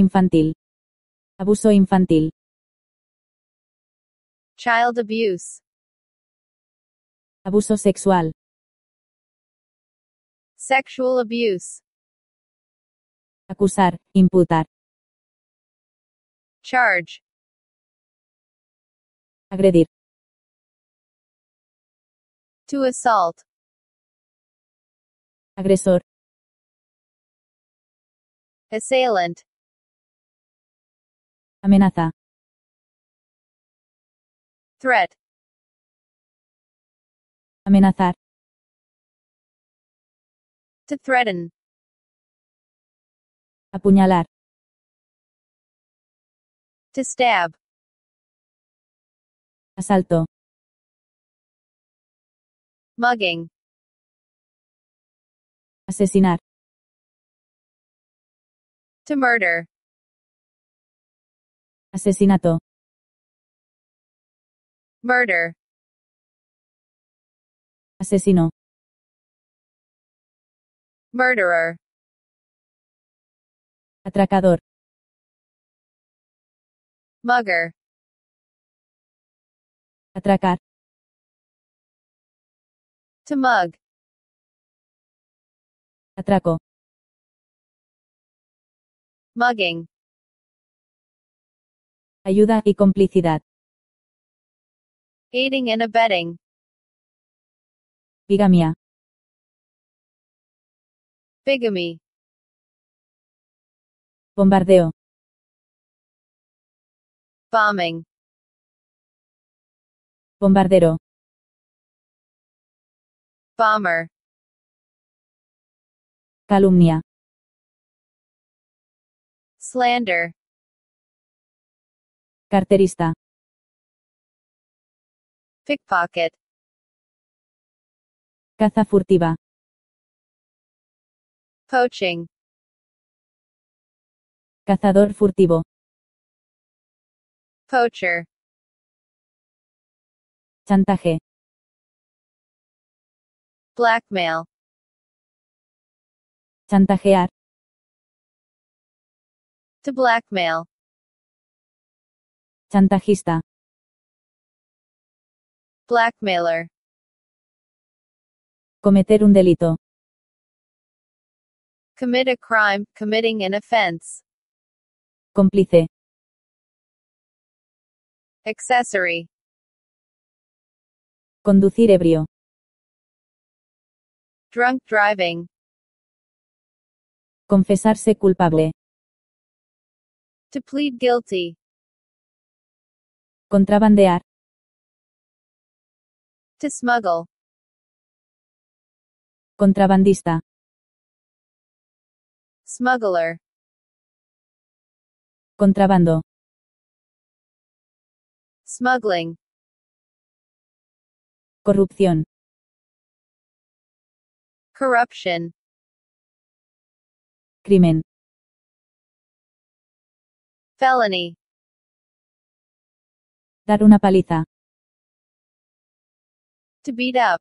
infantil. Abuso infantil. child abuse, Abuso sexual. sexual abuse, Acusar, imputar. charge, Agredir. to assault, Agresor. assailant, Amenaza. threat, Amenazar. to threaten, Apuñalar. to stab, Asalto. mugging, Asesinar. to murder, Asesinato. murder, Asesino. murderer, Atracador. mugger, Atracar. to mug, Atraco. mugging, Ayuda y complicidad. aiding and abetting, Bigamia. bigamy, Bombardeo. bombing, Bombardero. bomber, Calumnia. slander, Carterista. pickpocket, Caza furtiva. poaching, Cazador furtivo. poacher, Chantaje. blackmail, Chantajear. to blackmail, Chantajista. blackmailer, Cometer un delito. commit a crime, committing an offense, Cómplice. accessory, Conducir ebrio. drunk driving, Confesarse culpable. to plead guilty, Contrabandear. to smuggle, Contrabandista. smuggler, Contrabando. smuggling, Corrupción. corruption, Crimen. felony, Dar una paliza. to beat up,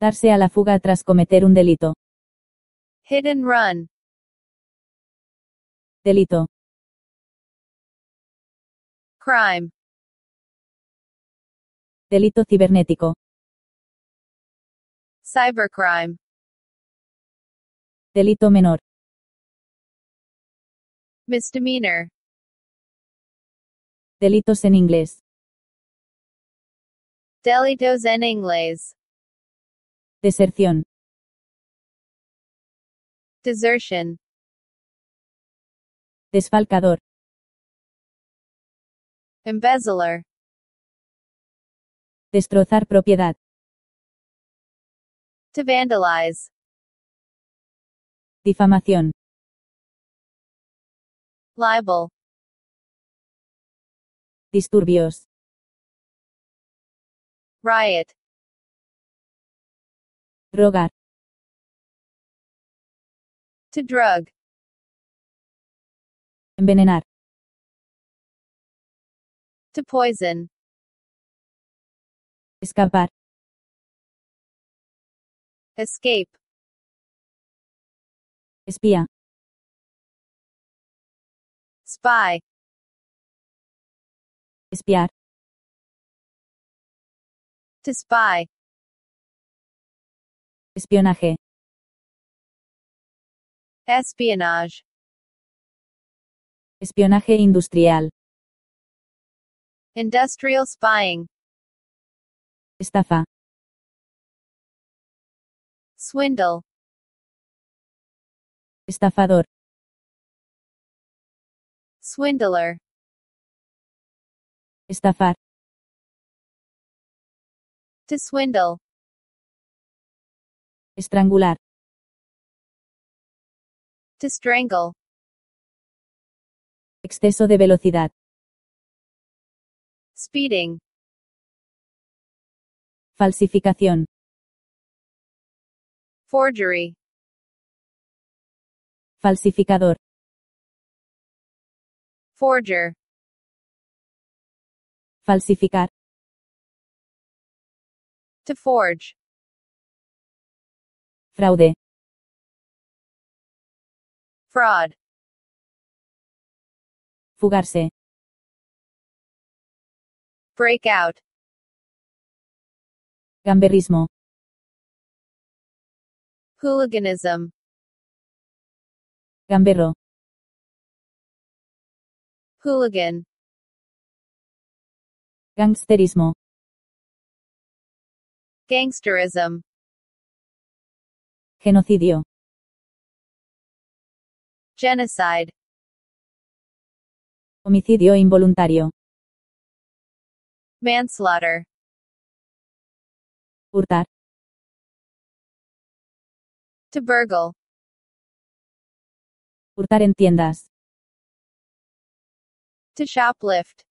Darse a la fuga tras cometer un delito. hit and run, Delito. crime, Delito cibernético. cybercrime, Delito menor. misdemeanor, Delitos en inglés. delitos en inglés, Deserción. desertion, Desfalcador. embezzler, Destrozar propiedad. to vandalize, Difamación. libel, Disturbios. riot, Rogar. to drug, Envenenar. to poison, Escapar. escape, Espía. spy, espiar, to spy, espionaje, espionage, espionaje industrial, industrial spying, estafa, swindle, estafador, swindler, estafar, to swindle, estrangular, to strangle, exceso de velocidad, speeding, falsificación, forgery, falsificador, forger, falsificar, to forge, fraude, fraud, fugarse, break out, gamberrismo, hooliganism, gamberro, hooligan, gangsterismo, gangsterism, genocidio, genocide, homicidio involuntario, manslaughter, hurtar, to burgle, hurtar en tiendas, to shoplift,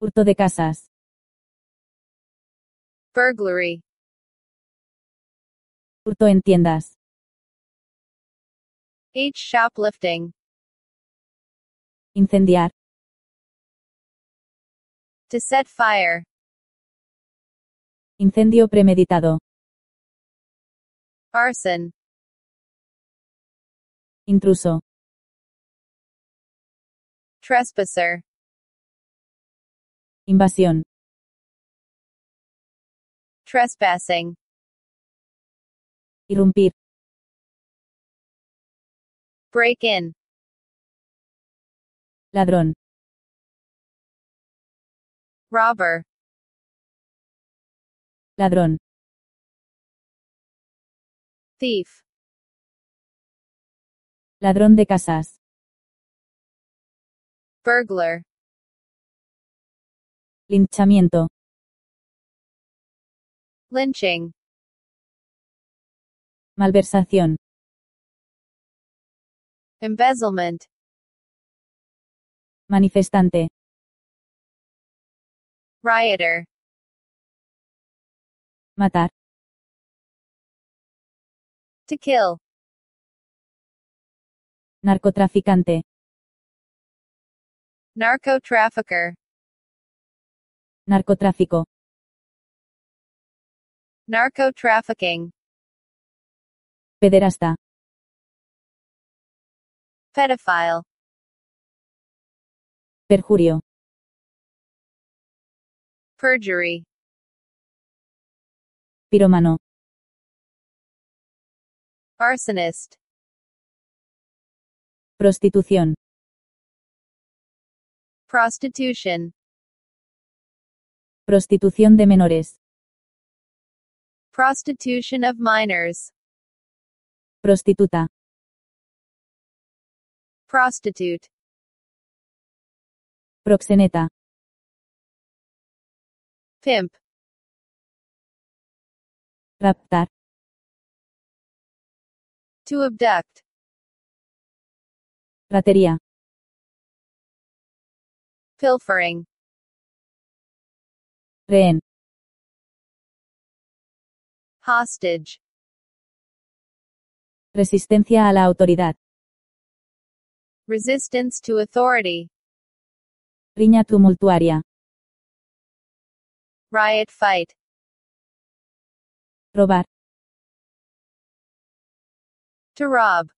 hurto de casas, burglary, hurto en tiendas, H shoplifting, incendiar, to set fire, incendio premeditado, arson, intruso, trespasser, invasión, trespassing, irrumpir, break in, ladrón, robber, ladrón, thief, ladrón de casas, burglar, linchamiento, lynching, malversación, embezzlement, manifestante, rioter, matar, to kill, narcotraficante, narco trafficker, narcotráfico, narco trafficking, pederasta, pedophile, perjurio, perjury, piromano, arsonist, prostitución, prostitution, prostitución de menores, prostitution of minors, prostituta, prostitute, proxeneta, pimp, raptar, to abduct, ratería, pilfering, rehén, hostage, resistencia a la autoridad, resistance to authority, riña tumultuaria, riot fight, robar, to rob,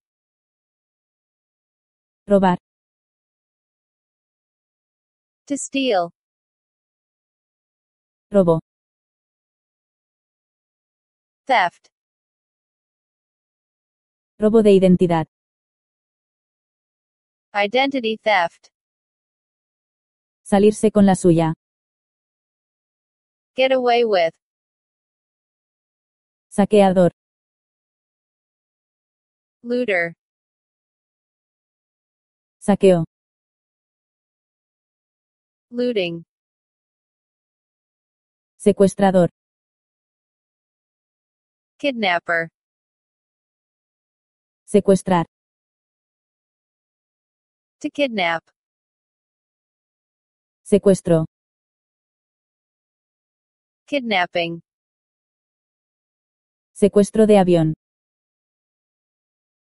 robar, To steal. robo, Theft. robo de identidad, Identity theft. salirse con la suya, Get away with. saqueador, Looter. saqueo, Looting. secuestrador, Kidnapper. secuestrar, To kidnap. secuestro, Kidnapping. secuestro de avión,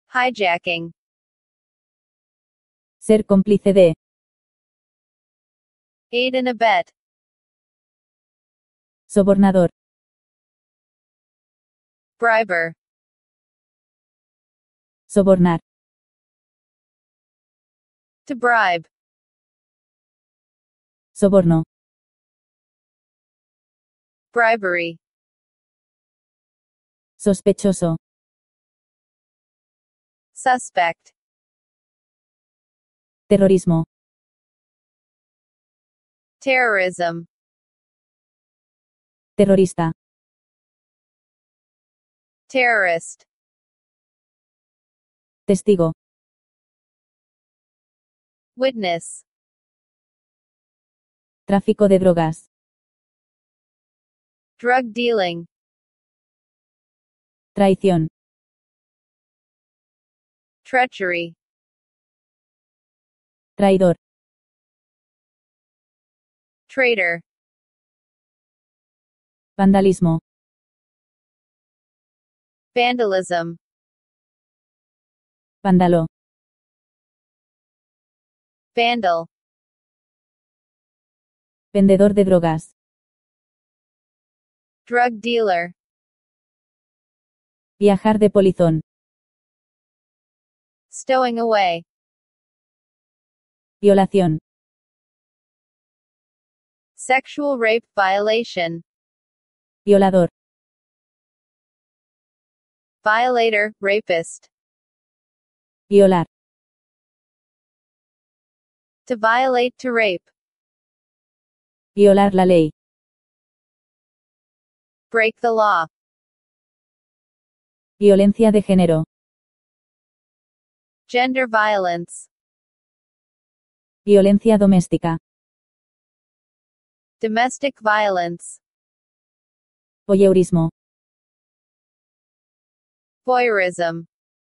Hijacking. ser cómplice de, Aid and abet. sobornador, Briber. sobornar, To bribe. soborno, Bribery. sospechoso, Suspect. terrorismo, Terrorism. terrorista, Terrorist. testigo, Witness. tráfico de drogas, Drug dealing. traición, Treachery. traidor, Traitor. vandalismo, Vandalism. vándalo, Vandal. vendedor de drogas, Drug dealer. viajar de polizón, Stowing away. violación, Sexual rape violation. violador, Violator. Rapist. violar, To violate to rape. violar la ley, Break the law. violencia de género, Gender violence. violencia doméstica, Domestic violence. voyeurismo, Voyeurism.